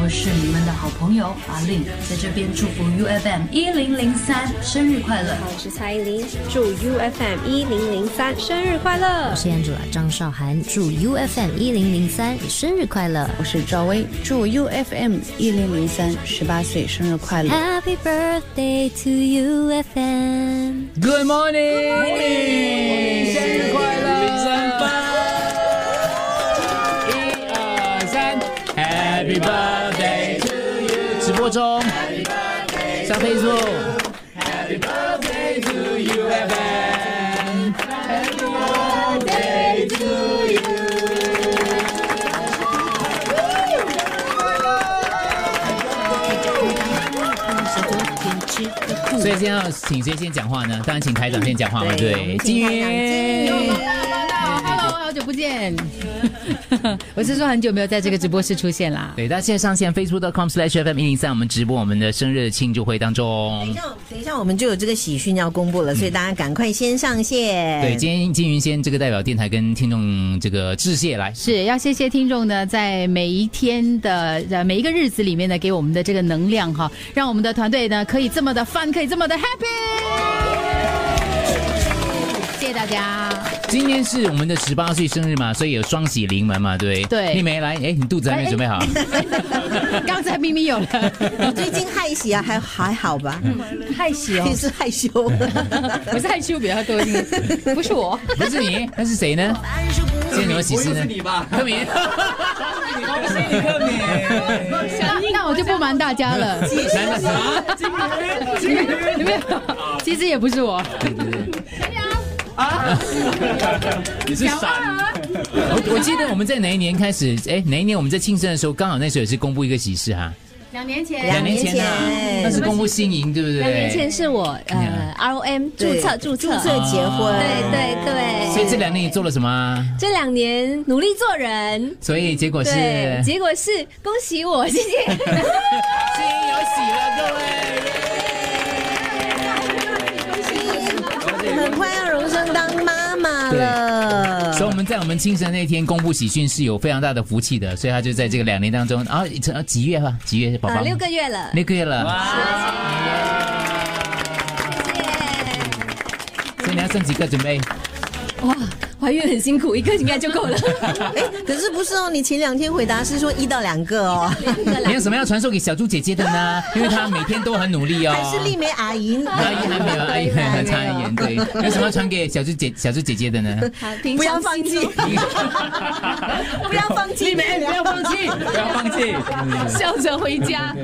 我是你们的好朋友阿令，在这边祝福 UFM 一零零三生日快乐。我是蔡依林，祝 UFM 一零零三生日快乐我！是 Angela 张韶涵，祝 UFM 一零零三生日快乐我是赵薇，祝 UFM 一零零三十八岁生日快乐！ ！Happy birthday to UFM！ Good morning，生日快乐！零三八，一二三，Happy birthday to you！直播中，上 Facebook，Happy birthday to you FM。所以今天要请谁先讲话呢？当然请台长先讲话嘛，对对，我们请台长金鱼 Hello，好久不见。 我是说很久没有在这个直播室出现啦。对，大家现在上线 facebook.com/slash/fm 一零三，我们直播我们的生日庆祝会当中。那等一下我们就有这个喜讯要公布了，所以大家赶快先上线。嗯对，今天金云先这个代表电台跟听众这个致谢来，是要谢谢听众呢，在每一天的呃每一个日子里面呢，给我们的这个能量哈，让我们的团队呢可以这么的 fun，可以这么的 happy。谢谢大家。今天是我们的十八岁生日嘛，所以有双喜临门嘛，对不对？对你没来，哎，你肚子还没准备好，刚才明明有了，我最近害喜啊，还还好吧？嗯害羞 你是 害羞，我是害羞比较多一点，不是我。 不是你，那是谁呢？今天有喜事呢？吧？柯明，我不是你克敏，那那我就不瞒大家了，男的 没有，其实也不是我。你是闪。我我记得我们在哪一年开始？哎，哪一年我们在庆生的时候，刚好那时候也是公布一个喜事哈，两年前两年前啊那是公布新营，对不对？两年前是我呃 ROM 注册对注册，注册结婚，对哦对所以对，这两年你做了什么啊？这两年努力做人，所以结果是对，结果是恭喜我，谢谢。新有喜了，各位。很快要荣升当妈妈哎了。所以我们在我们庆生那天公布喜讯是有非常大的福气的，所以他就在这个两年当中啊，成啊几月吧？几月宝宝？呃， 六个月了，六个月了。所以你要生几个准备？哇，怀孕很辛苦，一个应该就够了。哎，可是不是哦？你前两天回答是说一到两个 哦，你有什么要传授给小猪姐姐的呢？因为她每天都很努力哦。还是丽梅阿姨？阿姨还没有，阿姨 还很差一点。对，有什么要传给小猪姐小猪姐姐的呢？好平不要常放心 弃，不要放弃，丽梅 不要放弃。不要放弃。笑着回家。